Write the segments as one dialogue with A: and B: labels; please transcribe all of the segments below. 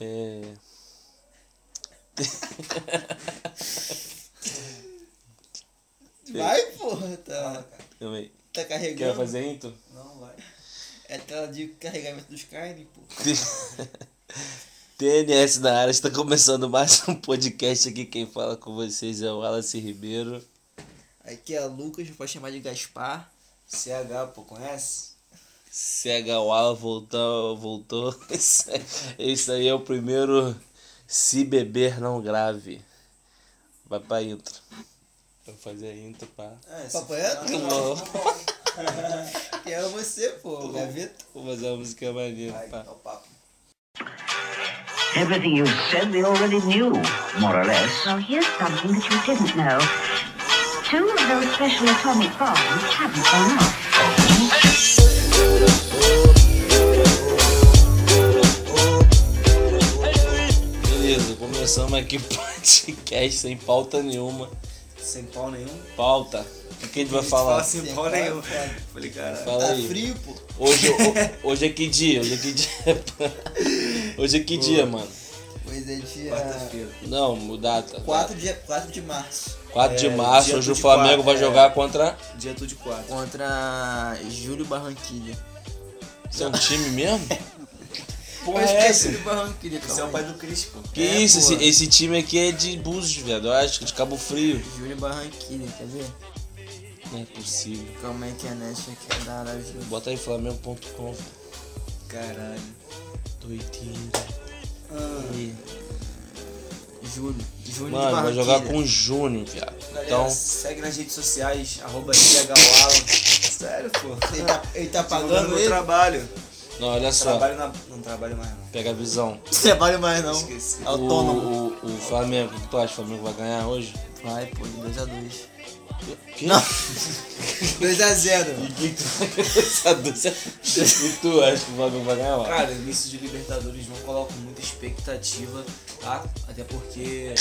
A: É...
B: Vai, porra. Tá,
A: Também.
B: tá carregando.
A: Quer fazer intro?
C: Não vai.
B: É tela de carregamento dos Skyrim, pô.
A: TNS da área, está começando mais um podcast aqui. Quem fala com vocês é o Wallace Ribeiro.
B: Aqui é Lucas, pode chamar de Gaspar.
C: CH, pô, conhece?
A: CH Wala voltou. voltou. Esse, esse aí é o primeiro Se Beber Não Grave. Vai pra intro. Vou fazer a intro, pá.
C: É,
B: Papo
C: se-
B: reto?
C: Não, não, não.
B: Que era você, pô, gaveta.
A: Vou fazer uma música maneira,
C: Vai,
A: pá.
B: tá
C: é o papo.
D: Everything you said they already knew, more or less.
E: Well, here's something that you didn't know. Two of those special atomic bombs haven't gone off.
A: Beleza, começamos aqui o podcast sem pauta nenhuma.
C: Sem pau nenhum.
A: Pauta. O que que a gente vai
C: Fala
A: falar?
C: sem
B: Sem
C: pau
B: pau,
C: nenhum.
B: cara.
C: Falei, cara.
A: Fala
B: Tá
A: aí.
B: frio, pô.
A: Hoje, ho- hoje é que dia? Hoje é que dia? Hoje é que dia, mano?
B: Pois é, dia
C: Quarta-feira.
A: Não, mudata.
B: 4 de, 4 de março.
A: 4 de
C: É,
A: março,
C: dia
A: hoje o
C: de
A: Flamengo
C: quatro,
A: vai
C: é.
A: jogar contra.
C: Dia tudo de quatro.
B: Contra Júlio Barranquilha.
A: Isso é um time mesmo? Porra,
B: Mas
A: é essa?
B: esqueci do Barranquilha,
C: Você é o
B: calma.
C: pai do Cris, pô.
A: Que
B: É,
A: isso? Esse,
B: porra.
A: esse time aqui é de Búzios, velho. Eu acho que de Cabo Frio.
B: aí. Júlio Barranquilha, quer ver?
A: Não é possível.
B: Como é que é nessa aqui é da Arábia?
A: Bota aí flamengo.com.
C: Caralho.
A: Doidinho.
B: Júlio. Júlio de
A: Mano, vai
B: Barranquilha.
A: jogar com o Júnior, viado.
C: Galera,
A: Então,
C: segue nas redes sociais, arroba CHWala. Sério, pô.
B: Ele tá, ele tá
C: Pagando
B: pagando
C: meu
B: ele?
C: trabalho.
A: não, olha só.
C: Trabalho na... Não trabalho mais, não.
A: Pega a visão.
B: Não trabalha mais É não.
C: Esqueci.
A: O,
B: Autônomo.
A: o, o Flamengo, o que tu acha? O Flamengo vai ganhar hoje?
B: Vai, pô, de 2x2.
A: Que?
B: Não. 2x0.
A: Que tu- Essa dúvida. E tu acha que o Flamengo vai ganhar? mano?
C: Cara, início de Libertadores não coloco muita expectativa, tá? Até porque.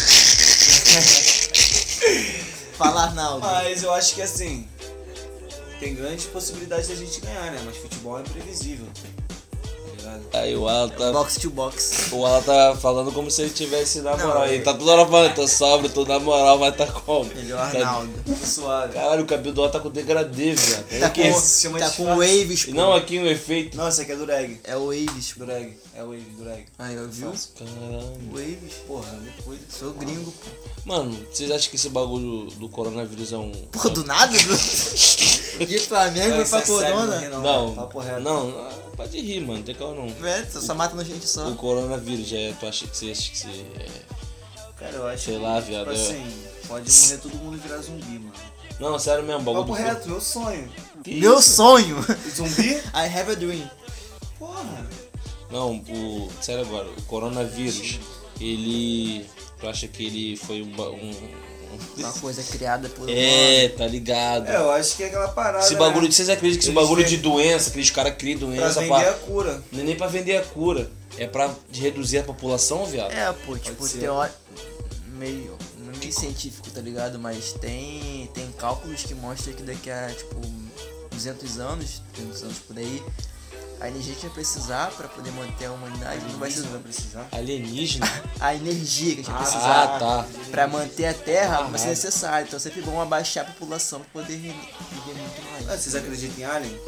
B: Fala, Arnaldo.
C: Mas eu acho que assim. Tem grandes possibilidades da gente ganhar, né? Mas futebol é imprevisível. Tá ligado?
A: Aí o Alan tá
B: Box to box.
A: O Alan tá falando como se ele tivesse na moral.
B: Não,
A: ele
B: eu-
A: tá toda hora falando, tô sóbrio, tô na moral, mas tá como?
B: Ele é o
A: tá...
B: Arnaldo.
C: Tô suave.
A: Caralho, o cabelo do Alan tá com degradê, velho. É
B: Tá
A: o quê?
B: com,
C: se chama
B: tá
C: de
B: com
C: fato.
B: waves, pô.
A: Não, aqui um efeito.
C: Não, esse aqui é Dureg.
B: É waves, pô. Ah,
C: Dureg. É o Wave, Dureg.
B: Aí, ó, viu?
A: Caralho.
B: Waves.
C: Porra, me cuida.
B: Sou gringo,
C: um
B: pô.
A: Mano, vocês acham que esse bagulho do coronavírus é um.
B: Pô, do nada? Do... De Flamengo
C: Isso
B: pra
C: é sério,
B: Corona.
C: ri
A: um- Não,
C: é Papo reto.
A: não, ah, pode rir, mano, tem calma não.
B: É, só só mata na gente
A: O
B: só.
A: coronavírus já é, tu acha que você acha que você. é-
C: Cara, eu acho
A: Sei
C: que.
A: lá,
C: tipo
A: viado, é- eu-
C: assim, pode morrer todo mundo e virar zumbi, mano.
A: Não, sério mesmo, bagulho.
C: Papo
A: do-
C: reto, meu sonho.
A: Que
B: Meu
A: isso?
B: sonho.
C: Zumbi?
B: I have a dream.
C: Porra.
A: Não, o. Sério agora, o coronavírus, ele. Tu acha que ele foi um. ba- um- um-
B: Uma coisa criada por
A: É, tá ligado.
C: É, eu acho que é aquela parada.
A: Esse bagulho
C: né?
A: de. Vocês acreditam que esse
C: Eles
A: bagulho de
C: vendem-
A: doença, que os caras criam
C: Pra
A: doença,
C: vender
A: pá,
C: a cura.
A: não é nem pra vender a cura. É pra reduzir a população, viado.
B: É, pô, tipo,
C: ser.
B: teó... meio, meio científico, tá ligado? Mas tem, tem cálculos que mostram que daqui a, tipo, 200 anos, 300 anos por aí, a energia que vai precisar pra poder manter a humanidade não vai ser...
C: vai precisar.
A: Alienígena?
B: A energia que a gente vai precisar
A: Ah, tá.
B: pra manter a
C: Ah,
B: Terra vai ser
A: Caralho.
B: necessária. Então é sempre bom abaixar a população pra poder viver muito mais.
C: Ah, vocês acreditam em Alien?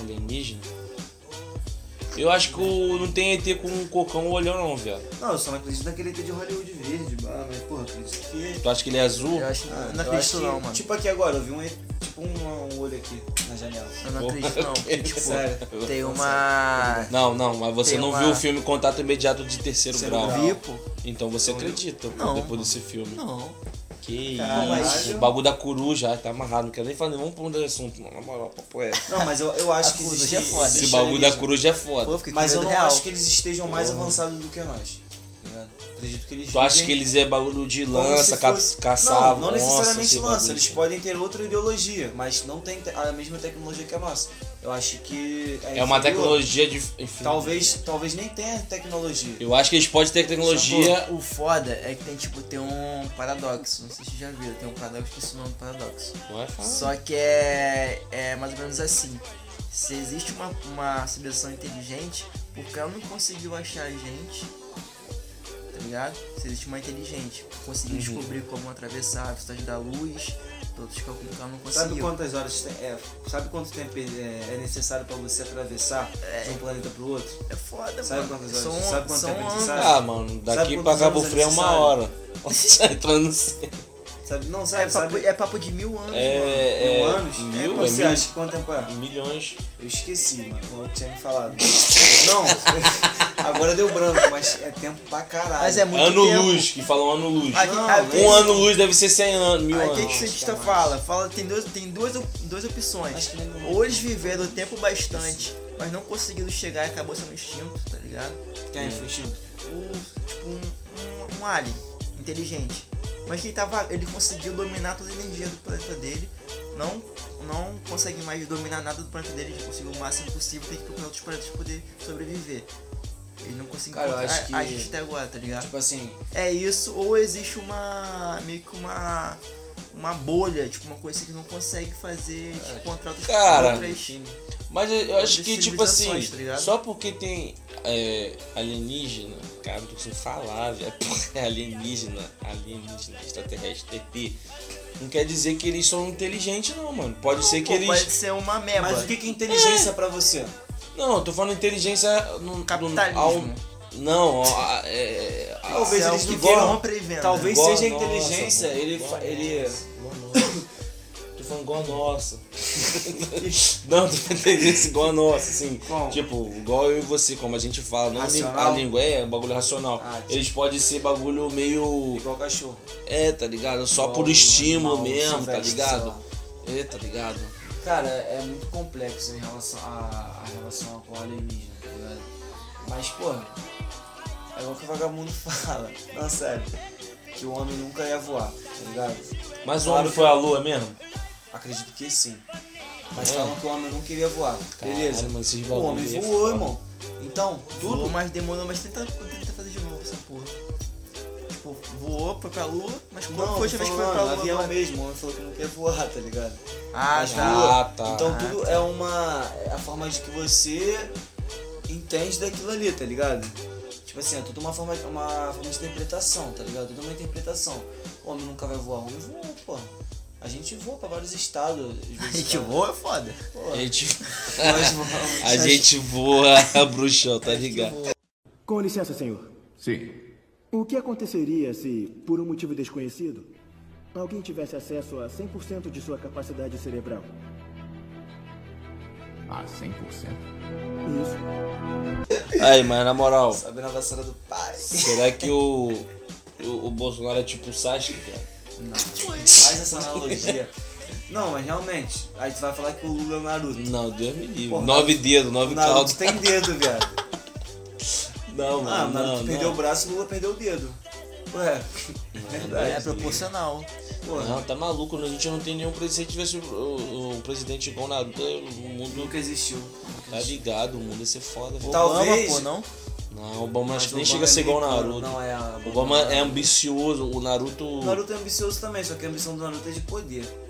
A: Alienígena? Eu acho que o- não tem ET com um cocão ou olhão, não, viado.
C: Não, eu só não acredito naquele ET de Hollywood verde. Ah, mas porra, acredito que.
A: Tu acha que ele é azul?
B: Eu acho,
C: Ah,
B: eu não
C: eu
B: acredito
C: acho que-
B: não, mano.
C: Tipo aqui agora, eu vi um, ET tipo um, um olho aqui na janela.
B: Eu não acredito não. porque, tipo,
C: Sério.
B: tem uma...
A: Não, não, mas você
B: Tem
A: não
B: uma-
A: viu o filme Contato Imediato de Terceiro
C: Terceiro
A: Grau.
C: grau.
B: Vi, pô.
A: Então você acredita, pô,
B: Não.
A: depois desse filme.
B: Não.
A: Que
C: Caralho.
A: isso. O bagulho da coruja, ai, tá amarrado. Não quero nem falar, vamos pra um assunto, mano. Na moral, papo é.
C: Não, mas eu, eu acho
B: A
C: que
B: coruja
C: existe,
B: é foda.
C: existe
A: Esse bagulho da
C: alienígena.
A: coruja é foda.
B: Pô, eu fiquei com
C: Mas eu
B: medo
C: não
B: real.
C: acho que eles estejam mais avançados do que nós. tá ligado? Acredito que eles.
A: Tu acha
C: vivem
A: que eles é bagulho de
C: como
A: lança,
C: se
A: ca
C: fosse-
A: caçar
C: Não, não
A: onça,
C: necessariamente
A: esse
C: lança.
A: bagulho? é
C: Eles podem ter outra ideologia, mas não tem te- a mesma tecnologia que a nossa. Eu acho que.
A: É uma
C: inferior.
A: tecnologia de. Enfim.
C: Talvez, talvez nem tenha tecnologia.
A: Eu acho que eles podem ter tecnologia.
B: Pô, O foda é que tem tipo, tem um paradoxo, não sei se vocês já viram, tem um paradoxo que se nome paradoxo.
A: Não é fácil.
B: Só que é, é mais ou menos assim. Se existe uma, uma civilização inteligente, Porque ela não conseguiu achar a gente, tá ligado? Se existe uma inteligente, conseguiu
C: Uhum.
B: descobrir como atravessar a velocidade da luz, todos os cálculos que ela não
C: Sabe
B: conseguiu.
C: quantas horas tem- é, sabe quanto tempo é é necessário pra você atravessar de um planeta pro outro?
B: É foda,
C: Sabe
B: mano.
C: quantas horas-
B: São,
C: sabe quanto
B: são
C: tempo
B: anos.
C: a gente
A: Ah, mano,
C: Sabe
A: daqui pra
C: quantos
A: Cabo
C: anos é
A: Frio é uma
C: necessário?
A: hora. Nossa, entrando no centro.
C: Sabe, não
B: É
C: sabe,
B: papo,
C: sabe?
B: é papo de mil anos, mano.
C: Mil
A: É, é,
C: anos?
A: Mil,
C: é,
A: é
C: você
A: mil-
C: acha que quanto tempo é?
A: milhões.
C: Eu esqueci, mano. Eu tinha me falado. Não, agora deu branco, mas é tempo pra caralho.
B: Mas é muito
A: ano
B: tempo.
A: luz, que falam ano luz.
B: Aí,
C: Não,
B: aí,
A: Um ano luz deve ser 100 anos, mil
B: Aí o que, que o
A: anos.
B: cientista
C: jamais.
B: fala? Fala tem, dois, tem duas, op- duas opções.
C: Acho que não-
B: Ou eles viveram tempo bastante, mas não conseguiram chegar e acabou sendo extinto, tá ligado?
C: Quem é fugindo?
B: Ou tipo um, um, um alien inteligente. Mas que tava, ele conseguiu dominar toda a energia do planeta dele. Não, não consegue mais dominar nada do planeta dele. Ele conseguiu o máximo possível. Tem que procurar outros planetas pra poder sobreviver. Ele não conseguiu
C: Cara, eu acho
B: a,
C: que-
B: a gente até agora, tá ligado?
C: Tipo assim,
B: é isso ou existe uma meio que uma uma bolha, tipo uma coisa que não consegue fazer
C: É.
B: tipo, contra outras
A: Cara,
B: outras-
A: Mas eu- eu acho
B: de
A: que, tipo assim,
B: civilizações, tá ligado?
A: só porque tem é, alienígena, cara, não tô conseguindo falar, velho. Porra, é alienígena, alienígena, extraterrestre, TT. Não quer dizer que eles são inteligentes, não, mano. Pode ser que
B: Pô,
A: eles.
B: pode ser uma meba.
C: mas o que que é inteligência pra você?
A: É. Não, eu tô falando inteligência no. no-
B: Capitalismo.
A: ao- Não, a- é. a-
C: Talvez
B: Isso é
C: eles
B: o que
C: não queiram-
B: compra e venda.
C: Talvez
A: Igual
C: seja a
A: nossa,
C: inteligência,
A: pô,
C: ele,
A: igual
C: fa-
A: a
C: ele
A: nossa, igual a nossa. Tô falando igual a nossa. não, tô falando inteligência igual a nossa, assim.
C: Como?
A: Tipo, igual eu e você, como a gente fala, não limpar a
C: Racional?
A: língua, é bagulho racional.
C: Ah, sim.
A: Eles podem ser bagulho meio.
C: igual cachorro.
A: É, tá ligado? Só
C: Igual
A: por estímulo
C: animal
A: mesmo, tá
C: silvestre,
A: ligado? É, tá ligado?
C: Cara, é muito complexo em relação a, a relação com o alienígena, tá ligado? Mas, pô, é igual que o vagabundo fala, não, sério, que o homem nunca ia voar, tá ligado?
A: Mas o
C: Claro
A: homem
C: que
A: foi
C: eu-
A: à lua mesmo?
C: Acredito que sim. Mas
A: É.
C: falam que o homem não queria voar,
A: Caralho,
C: beleza?
A: mas esses
C: o homem
A: bagulho é
C: voou,
A: foda.
C: irmão. Então, tudo.
B: Voou, mas demorou, mas tenta, tenta fazer de novo essa porra. Tipo, voou, foi pra lua, mas quando
C: Não,
B: foi a
C: tô
B: última vez que foi
C: falando,
B: pra lua?
C: avião
B: agora?
C: mesmo, o homem falou que não quer voar, tá ligado?
B: Ah,
C: Mas
B: tá.
C: voa.
A: Ah, tá.
C: Então
B: Ah,
C: tudo é uma. é a forma de que você entende daquilo ali, tá ligado? Tipo assim, é tudo uma forma, uma forma de interpretação, tá ligado? Tudo uma interpretação. O homem nunca vai voar, o homem voa, pô. A gente voa pra vários estados. às
B: A
C: vezes,
B: gente
C: tá?
B: voa é foda.
A: A gente,
C: Nós voamos.
A: a gente voa, bruxão, tá ligado?
F: Com licença, senhor.
D: Sim.
F: O que aconteceria se, por um motivo desconhecido, alguém tivesse acesso a 100% de sua capacidade cerebral?
D: A 100%?
F: Isso.
A: Aí, mas na moral,
C: Sabe na vassoura do pai.
A: será que o, o, o Bolsonaro é tipo o Sasuke, cara?
C: Faz essa analogia. Não, mas realmente, aí tu vai falar que o Lula é o Naruto.
A: Não, Deus me livre.
C: Porra,
A: nove dedos, nove
C: O Naruto
A: caldos.
C: tem dedo, viado.
A: Não,
C: Ah, o
A: mano,
C: Naruto
A: não,
C: perdeu o
A: não.
C: braço, o Lula perdeu o dedo. Ué,
B: É,
C: verdade.
B: proporcional.
C: Porra.
A: Não, tá maluco, a gente não tem nenhum presidente. Se tivesse o, o presidente igual o Naruto, o mundo
C: Nunca existiu.
A: tá ligado, o mundo ia ser foda. velho.
C: Tal- Talvez-
B: Obama, pô, não?
A: Não, o Obama acho
C: Tá- Mas
A: que
C: o
A: nem
C: Obama
A: chega a ser
C: é
A: igual o
C: meio-
A: Naruto.
C: Não, é.
A: O Obama é ambicioso, o Naruto.
C: O Naruto é ambicioso também, só que a ambição do Naruto é de poder.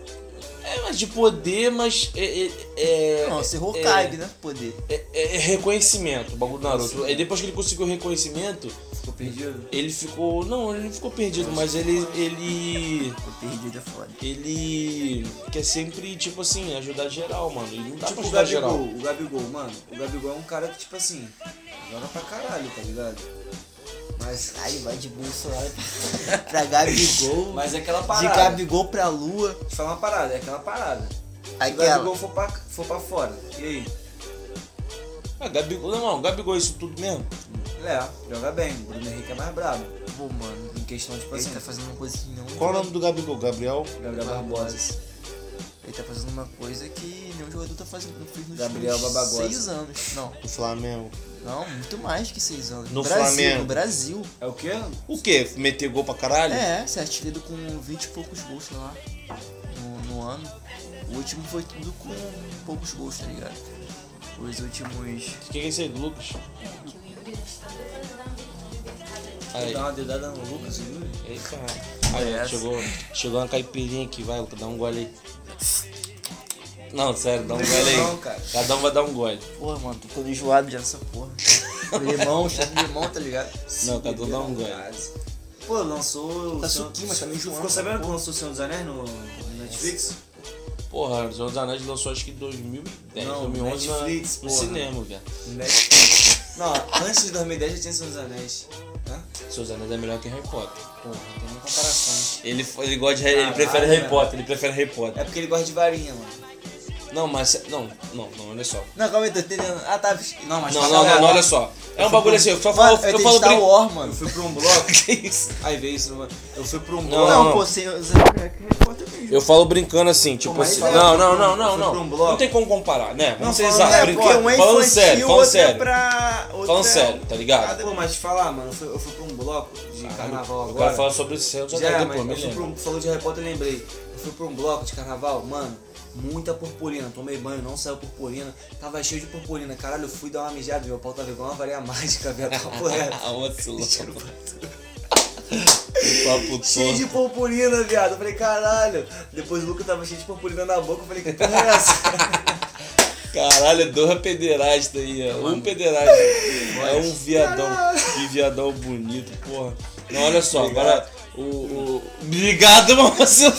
A: É, mas de poder, mas. É, é, é-
B: Não, ser
A: é-
B: Hokage, né? Poder.
A: É, é- é reconhecimento, o bagulho do Naruto. Aí depois que ele conseguiu o reconhecimento,
C: Ficou perdido.
A: ele ficou. Não, ele não ficou perdido, mas ele. ele.
B: Pô, perdido é foda.
A: Ele quer sempre, tipo assim, ajudar geral, mano. Ele não dá pra
C: tipo o
A: ajudar
C: Gabigol,
A: Tá geral.
C: o Gabigol, mano. O Gabigol é um cara que, tipo assim, joga pra caralho, tá ligado? Mas.
B: Aí vai de Bolsonaro pra- pra Gabigol.
C: Mas é aquela
B: de
C: parada.
B: Gabigol pra Lua. é
C: Deixa eu falar uma parada, é aquela parada. Se o
B: Aquela.
C: Gabigol for pra, for pra fora, e aí?
A: Ah, Gabigol, não, não, Gabigol é isso tudo mesmo.
C: É, joga bem. O Bruno Henrique é mais brabo.
B: Pô, mano.
C: Em questão, tipo
B: Ele
C: assim,
B: tá fazendo uma coisa que não.
A: Qual é o nome do Gabigol? Gabriel?
C: Gabriel Barbosa.
B: Ele tá fazendo uma coisa que nenhum jogador tá fazendo. Não fez nos
C: Gabriel
B: últimos
C: Barbosa.
B: seis anos. Não,
A: Do Flamengo.
B: não, muito mais que seis anos.
A: No
B: Brasil,
A: Flamengo.
B: No Brasil.
C: É o quê?
A: O quê? Meter gol pra caralho?
B: É, você é artilheiro com 20 e poucos gols, sei lá. No, no ano. O último foi tudo com poucos gols, tá ligado? Os últimos.
A: O que é isso aí, do Lucas? Aí,
C: Dá uma dedada no Lucas e Yuri.
A: eita. Aí, ó,
B: Essa.
A: chegou, chegou uma caipirinha aqui, vai, Lucas, dá um gole aí. Não, sério, dá um gole
C: Não,
A: aí.
C: cara.
A: Cada um vai dar um gole.
B: Porra, mano, tô todo enjoado já dessa porra. Limão, cheiro de limão, tá ligado?
A: Não, Cadu dá um gole.
C: Quase. Pô, lançou. o
B: Tá
C: Senhor-
B: suquinho, mas também
C: Tu ficou
B: chupando,
C: sabendo que lançou o Senhor dos Anéis no no Netflix?
A: Porra, o Senhor dos Anéis lançou acho que em 2010,
C: Não,
A: 2011 na-
C: Netflix,
A: no
C: porra.
A: cinema, cara.
C: Netflix. Não, antes de 2010 já tinha Senhor dos Anéis. Hã?
A: Senhor dos Anéis é melhor que Harry Potter.
C: Porra, tem uma comparação.
A: Ele, f- ele gosta de Harry, ele
C: Caralho,
A: prefere Harry
C: velho.
A: Potter, ele prefere Harry Potter.
C: É porque ele gosta de varinha, mano.
A: Não, mas se- não, não, não, olha só.
B: Não, calma aí, tô entendendo. Ah, tá. Não, mas
A: Não, não, não, não, olha só. É um bagulho assim, eu só falo, eu falo
B: Star
A: brin...
B: Wars,
C: Eu
B: mano.
C: fui pra um bloco.
A: Que isso?
C: Aí veio isso, mano. Eu fui pra um
A: Não,
C: bloco.
A: não, não.
B: pô, sem usar Harry Potter mesmo.
A: Eu falo brincando assim, tipo
C: mas
A: assim.
C: isso aí
A: Não,
C: foi
A: não,
C: pra um-
A: não, não,
C: foi
A: não.
C: pra um bloco.
A: Não tem como comparar, né? Vamos ser
C: falando-
A: exatos.
C: é,
B: porque
A: brincando-
B: um é
A: Falando
B: infantil,
A: sério, falando
B: outro é
A: sério.
B: pra... outro
A: Falando
B: é-
A: sério, tá ligado?
C: Pô, mas te falar, mano, eu fui, eu fui pra um bloco de carnaval
A: Eu
C: agora.
A: quero falar sobre o Senhor dos
C: Já,
A: Anéis
C: mas
A: depois, me
C: eu fui pra
A: lembra.
C: um, falou de Harry Potter, eu lembrei. Eu fui pra um bloco de carnaval, mano, muita purpurina. Tomei banho, não saiu purpurina. Tava cheio de purpurina. Caralho, eu fui dar uma mijada, meu pau tava igual uma varinha mágica, é velho. Papo reto.
A: Ah, vacilou.
C: Tiro pra
A: Papo
C: Cheio de
A: todo.
C: purpurina, viado. Eu falei, caralho. Depois o Luca tava cheio de purpurina na boca. Eu falei, que porra é essa?
A: Caralho, é dois pederastas aí, ó. Um pederasta. É um viadão. Que viadão bonito, porra. Não, olha só, agora o. o- Obrigado, mano. vacilou.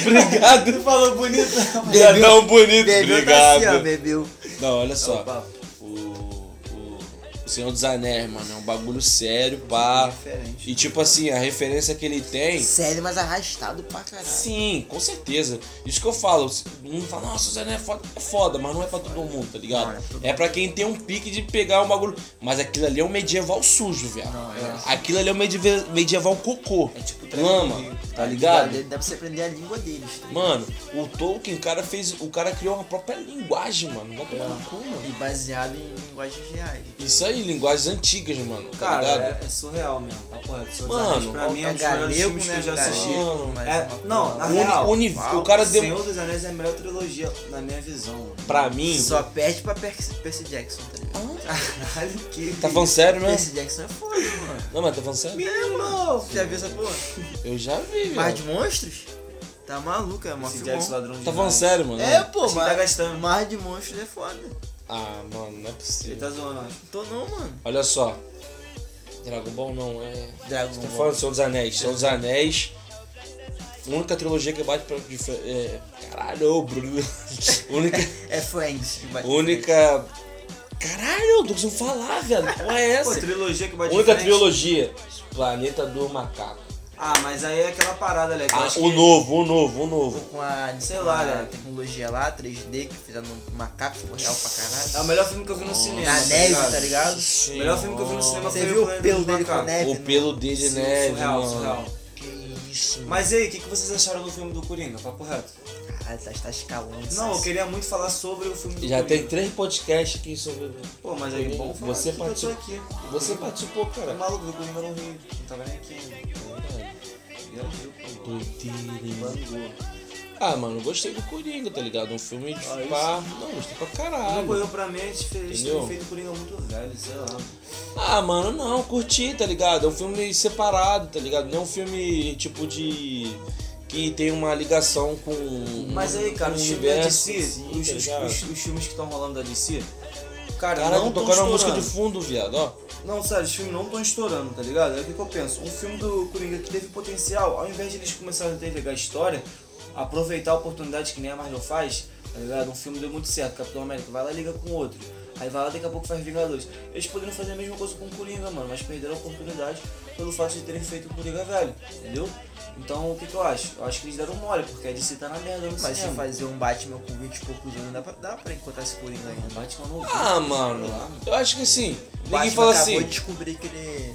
A: Obrigado.
C: Ele falou bonito.
A: Viadão bonito,
B: Bebeu tá assim, ó,
A: obrigado.
B: bebeu.
A: Não, olha só.
C: Opa.
A: O, o, o Senhor dos Anéis, mano, é um bagulho sério, pá.
C: é Diferente.
A: E tipo assim, a referência que ele tem.
B: Sério, mas arrastado pra caralho.
A: Sim, com certeza. Isso que eu falo. Um fala, nossa, o Zé Neto é foda, é foda, mas não é pra todo mundo, tá ligado? é pra quem tem um pique de pegar um bagulho. Mas aquilo ali é um medieval sujo, velho. Aquilo ali é um medieva- medieval cocô. É
C: tipo trem
A: lama,
C: do Rio.
A: tá ligado?
B: Deve se aprender a língua deles. tá ligado?
A: Mano, o Tolkien, cara, fez. O cara criou uma própria linguagem, mano. Vai tomar no cu, mano.
B: E baseado em linguagens reais.
A: Isso aí, linguagens antigas, mano. Tá
C: Cara,
A: ligado?
C: é, é surreal mesmo. Papo reto. Senhor dos
A: Mano,
C: Anéis, pra mim é um dos melhores
B: galego,
C: filmes que
B: né,
C: eu já
B: galego,
C: assisti.
B: mas
C: É,
B: é uma
C: não,
B: porra.
C: na
A: O uni-
C: real,
A: uni- o cara dem-
C: Senhor dos Anéis é a melhor trilogia, na minha visão.
A: Pra mim.
B: Só perde pra Percy, Percy Jackson, tá ligado?
C: Caralho, que.
A: Tá falando sério mesmo?
B: Percy Jackson é foda, mano.
A: Não, mas tá falando sério?
B: Irmão, já viu essa porra?
A: Eu já vi,
B: Mar de
A: velho.
B: Monstros? Tá maluco, é uma
C: Esse Jackson
B: filmão.
C: ladrão de
A: Tá falando
C: Nike.
A: sério, mano?
B: É, pô,
C: Esse
B: mas
C: tá gastando.
B: Mar de Monstros é foda.
A: Ah, mano, não é possível.
C: Ele tá zoando, eu acho.
B: Tô não, mano.
A: Olha só. Dragon Ball não é.
C: Tá
B: Dragon
A: Tô
B: Ball.
A: falando do Senhor dos Anéis. Senhor dos Anéis. A única trilogia que bate pra. de fre- É... Caralho, Bruno. única.
B: É Friends. que bate-
A: única. Caralho, eu não tô conseguindo falar, velho. Que Porra, é
C: Pô,
A: essa?
C: trilogia que bate
A: única
C: de frente.
A: trilogia. Planeta do Macaco.
C: Ah, mas aí é aquela parada, né? que eu
A: Ah,
C: acho
A: o
C: que-
A: novo, o novo, o novo.
B: Com a,
C: Sei
B: com
C: lá,
B: a
C: né?
B: tecnologia lá, 3D, que fizeram no macaco, ficou real pra
C: É o
B: caralho.
C: melhor filme que eu vi no cinema.
B: Na
C: tá
B: neve,
C: ligado?
B: tá ligado?
C: O melhor filme que eu vi no cinema
B: Você
C: foi
B: viu o
C: Planeta
B: pelo
C: do
B: dele com
C: Macaco.
B: neve?
A: O pelo dele né, de
C: É, né? Sim,
A: neve,
C: surreal,
A: mano.
C: surreal.
B: Que isso, mano.
C: Mas aí, o que, que vocês acharam do filme do Coringa? Papo reto.
B: Caralho, tá, tá escalando.
C: Não, eu
B: sabe?
C: queria muito falar sobre o filme do
A: Já
C: Coringa.
A: tem três podcasts aqui sobre.
C: Pô, mas aí é bom falar
A: Você
C: que eu tô
A: participou.
C: aqui.
A: Você participou,
C: Tá
A: cara.
C: maluco, do Coringa eu não vi. Não tava nem aqui ainda. Viajou, pô.
A: Doideira.
C: Bangou.
A: Ah, mano, eu gostei do Coringa, tá ligado? Um filme de pá. Não, gostei pra
C: Ah, Não, pô,
A: caralho.
C: eu pra mim é diferente
A: Entendeu?
C: ter feito Coringa muito velho, sei lá.
A: Ah, mano, não, curti, tá ligado? É um filme separado, tá ligado? Não é um filme tipo de. que tem uma ligação com.
C: Mas aí, cara,
A: com
C: os
A: o
C: filmes da
A: universo
C: DC,
A: em si,
C: os,
A: tá
C: os-
A: ligado?
C: os- os filmes que estão rolando da DC, cara,
A: Caralho,
C: não
A: tô
C: estão
A: tocando uma música
C: estourando.
A: de fundo, viado, ó.
C: Não, sério, os filmes não estão estourando, tá ligado? É o que, que eu penso. Um filme do Coringa que teve potencial, ao invés de eles começarem a entregar história, aproveitar a oportunidade que nem a Marvel faz, tá ligado? Um filme deu muito certo, Capitão América, vai lá e liga com outro. Aí vai lá, daqui a pouco faz Vingadores. Eles poderiam fazer a mesma coisa com o Coringa, mano, mas perderam a oportunidade pelo fato de terem feito o Coringa velho, entendeu? Então, o que, que eu acho? Eu acho que eles deram mole, porque a DC tá na merda no
B: Mas se
C: cinema.
B: fazer um Batman com 20 e poucos anos, dá pra, dá pra encontrar esse Coringa ainda.
C: Batman não
A: Ah, mano, eu acho que assim. Ninguém
B: Batman
A: fala
B: acabou
A: assim.
B: de descobrir que ele...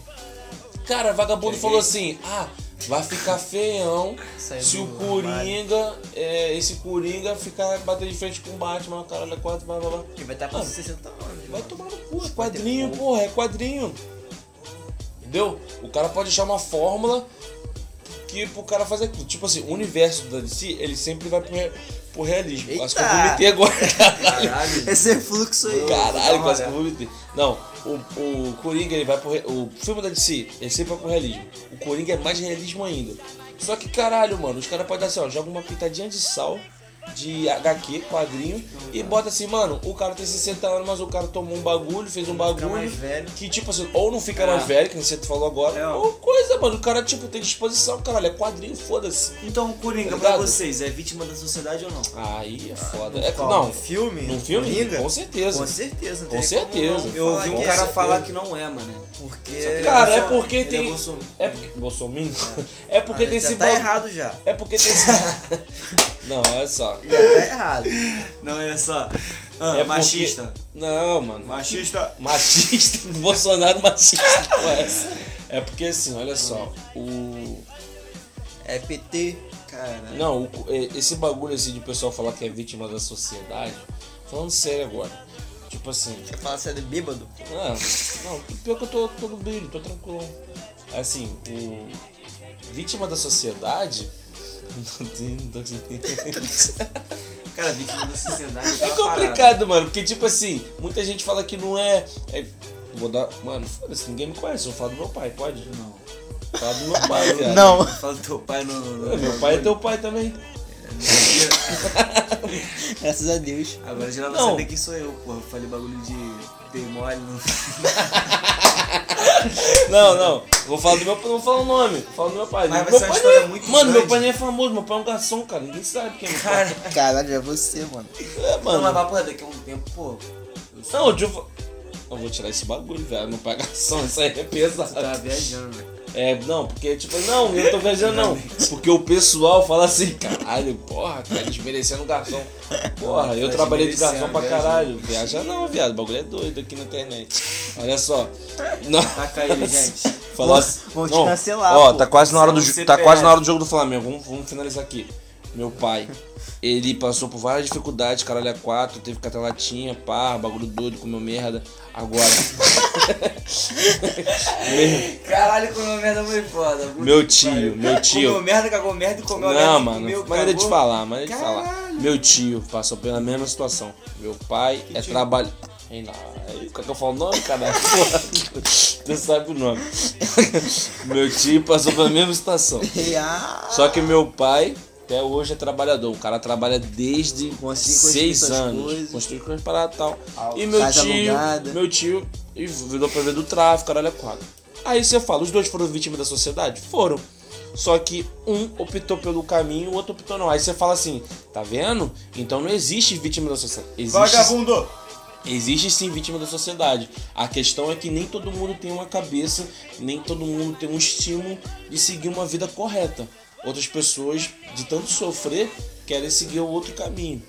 A: Cara, vagabundo falou
C: é
A: assim: ah, vai ficar feião
B: Saiu
A: se
B: do
A: o Coringa, é, esse Coringa ficar bater de frente com o Batman, caralho, é quatro, blá blá blá.
B: Ele vai estar com
A: Ah,
B: 60 anos.
A: Vai
B: mano.
A: tomar no cu, é quadrinho, porra, é quadrinho. Entendeu? O cara pode achar uma fórmula que pro cara fazer aquilo. Tipo assim, o universo da DC, ele sempre vai pro, re- pro realismo. Quase que eu
B: Eita!
A: vomitei agora, caralho.
C: Caralho.
B: Esse é fluxo aí.
A: Caralho,
C: Dá
A: quase
C: uma
A: que eu vomitei. Não, o, o Coringa ele vai pro. re- O filme da DC, ele sempre vai pro realismo. O Coringa é mais realismo ainda. Só que caralho, mano, os caras podem dar assim, ó, joga uma pitadinha de sal de HQ, quadrinho, e bota assim, mano, o cara tem 60 anos, mas o cara tomou um bagulho, fez um bagulho.
B: mais velho.
A: Que tipo assim, ou não fica mais velho, que nem você falou agora,
C: É, ó.
A: ou coisa, mano. O cara, tipo, tem disposição, caralho, é quadrinho, foda-se.
C: Então, Coringa, pra
A: Verdade.
C: vocês, é vítima da sociedade ou não?
A: Aí é foda. É,
B: Qual?
A: não,
B: No filme?
A: num filme,
B: Coringa?
A: com certeza.
B: Com certeza. não
A: Com
B: tem como
A: certeza.
B: não
C: Eu
B: falar
C: ouvi um
B: que
C: cara
B: é-
C: falar que não é, mano.
B: Porque...
A: Cara, é
C: Bolsonaro.
A: porque
C: Ele é
A: tem.
C: Bolsonaro.
A: É porque. Bolsonaro? É porque
B: Ah,
A: tem esse
B: já tá
A: ba-
B: errado já.
A: É porque tem esse. não, olha só.
B: Já tá errado.
C: Não, é só. Ah,
A: É
C: machista.
A: porque- Não, mano.
C: Machista.
A: Machista, Bolsonaro machista. ué. É porque assim, olha só, o.
B: É PT, cara.
A: Não, o- e- esse bagulho assim de o pessoal falar que é vítima da sociedade, falando sério agora. Tipo assim,
B: Fala sério, é bêbado.
A: ah, não, pior que eu tô, tô no brilho, tô tranquilo. Assim, o. Vítima da sociedade. Não tem, não tô entendendo.
C: Cara, vítima da sociedade. tá
A: É
C: uma parada.
A: complicado, mano, porque tipo assim, muita gente fala que não é. é- vou dar. Mano, foda-se, ninguém me conhece, eu vou falar do meu pai, pode?
C: Não.
A: Fala do meu pai, viado.
C: Fala do teu pai no. no-
A: É, Meu pai é teu pai também.
B: Graças a Deus.
C: Agora geral vai
A: Não.
C: saber quem sou eu, porra. Eu Falei bagulho de ter mole. Não...
A: Não, não. Vou falar do meu pai, não vou falar o nome. Vou falar do meu pai.
C: Mas vai
A: meu
C: ser uma
A: pai
C: história
A: não é-
C: muito
A: Mano, meu
C: grande.
A: pai nem é famoso, meu pai é um garçom, cara. Ninguém sabe quem é meu pai.
B: Caralho, é você, mano.
A: É,
C: Não, mas
A: mano.
C: papo reto, daqui a um tempo, pô. Eu sou...
A: Não, o Gil. Eu vou tirar esse bagulho, velho. Meu pai é garçom, isso aí é pesado.
C: Você tava tá viajando, né? velho.
A: É, não, porque, tipo, não, eu não tô viajando, não. Porque o pessoal fala assim, caralho, porra, cara, desmerecendo o garçom. Porra, eu
C: Tá
A: trabalhei de garçom
C: desmerecendo,
A: pra
C: viajando.
A: caralho. Viaja não, viado, o bagulho é doido aqui na internet. Olha só. Não.
C: Taca ele, Tá gente.
A: Falar assim.
B: Vão te
A: Não,
B: cancelar,
A: Ó,
B: pô.
A: tá quase na hora do
C: Você é um
A: ju- tá
C: CPF.
A: quase na hora do jogo do Flamengo. Vamos, vamos finalizar aqui. Meu pai, ele passou por várias dificuldades, caralho, a quatro, teve catalatinha, pá, bagulho doido, comeu merda. Agora,
C: Caralho, comeu merda foi foda. Puta
A: Meu
C: que
A: tio,
C: pariu.
A: meu tio.
C: Comeu merda, cagou merda e comeu merda.
A: não, mano,
C: comeu,
A: maneira de
C: cagou.
A: falar, maneira de
C: Caralho.
A: falar. Meu tio passou pela mesma situação. Meu pai é trabalho. Ei, não, aí, Qual que eu falo o nome, cara? Porra, tu sabe o nome. Meu tio passou pela mesma situação.
B: E, ah,
A: Só que meu pai até hoje é trabalhador. O cara trabalha desde
B: Conseguiu construir
A: seis
B: suas
A: anos.
B: coisas.
A: Construiu coisas paradas e tal. E meu
B: Casa
A: tio.
B: alugada.
A: Meu tio e virou pra ver do tráfico, caralho, é quadro. Aí você fala, os dois foram vítimas da sociedade? Foram. Só que um optou pelo caminho, o outro optou não. Aí você fala assim, tá vendo? Então não existe vítima da sociedade. Existe
C: Vagabundo!
A: Existe sim vítima da sociedade. A questão é que nem todo mundo tem uma cabeça, nem todo mundo tem um estímulo de seguir uma vida correta. Outras pessoas, de tanto sofrer, querem seguir o outro caminho.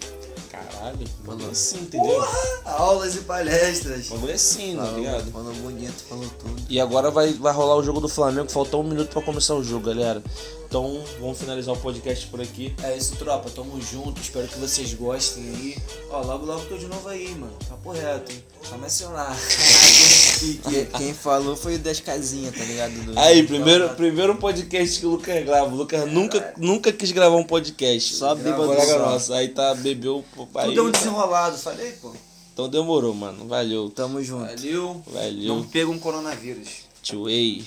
A: Caralho, o bagulho é assim, entendeu?
B: aulas e palestras.
A: O bagulho é assim, tá ligado?
B: falou bonito, falou tudo.
A: E agora vai, vai rolar o jogo do Flamengo, faltou um minuto pra começar o jogo, galera. Então vamos finalizar o podcast por aqui.
C: É isso, tropa. Tamo junto. Espero que vocês gostem aí. Ó, logo, logo tô de novo aí, mano. Papo reto, hein? Só mencionar.
B: Que- quem falou foi o das casinhas, tá ligado? Do-
A: Aí, primeiro, primeiro podcast que o Lucas grava. O Lucas nunca, nunca quis gravar um podcast.
B: Só bêbado
A: Colega
B: só.
A: nosso. Aí tá, bebeu. Aí,
C: Tudo é um desenrolado. Falei, pô.
A: Então demorou, mano. Valeu.
B: Tamo junto.
C: Valeu.
A: Valeu.
C: Não pega um coronavírus.
A: Tio Ei.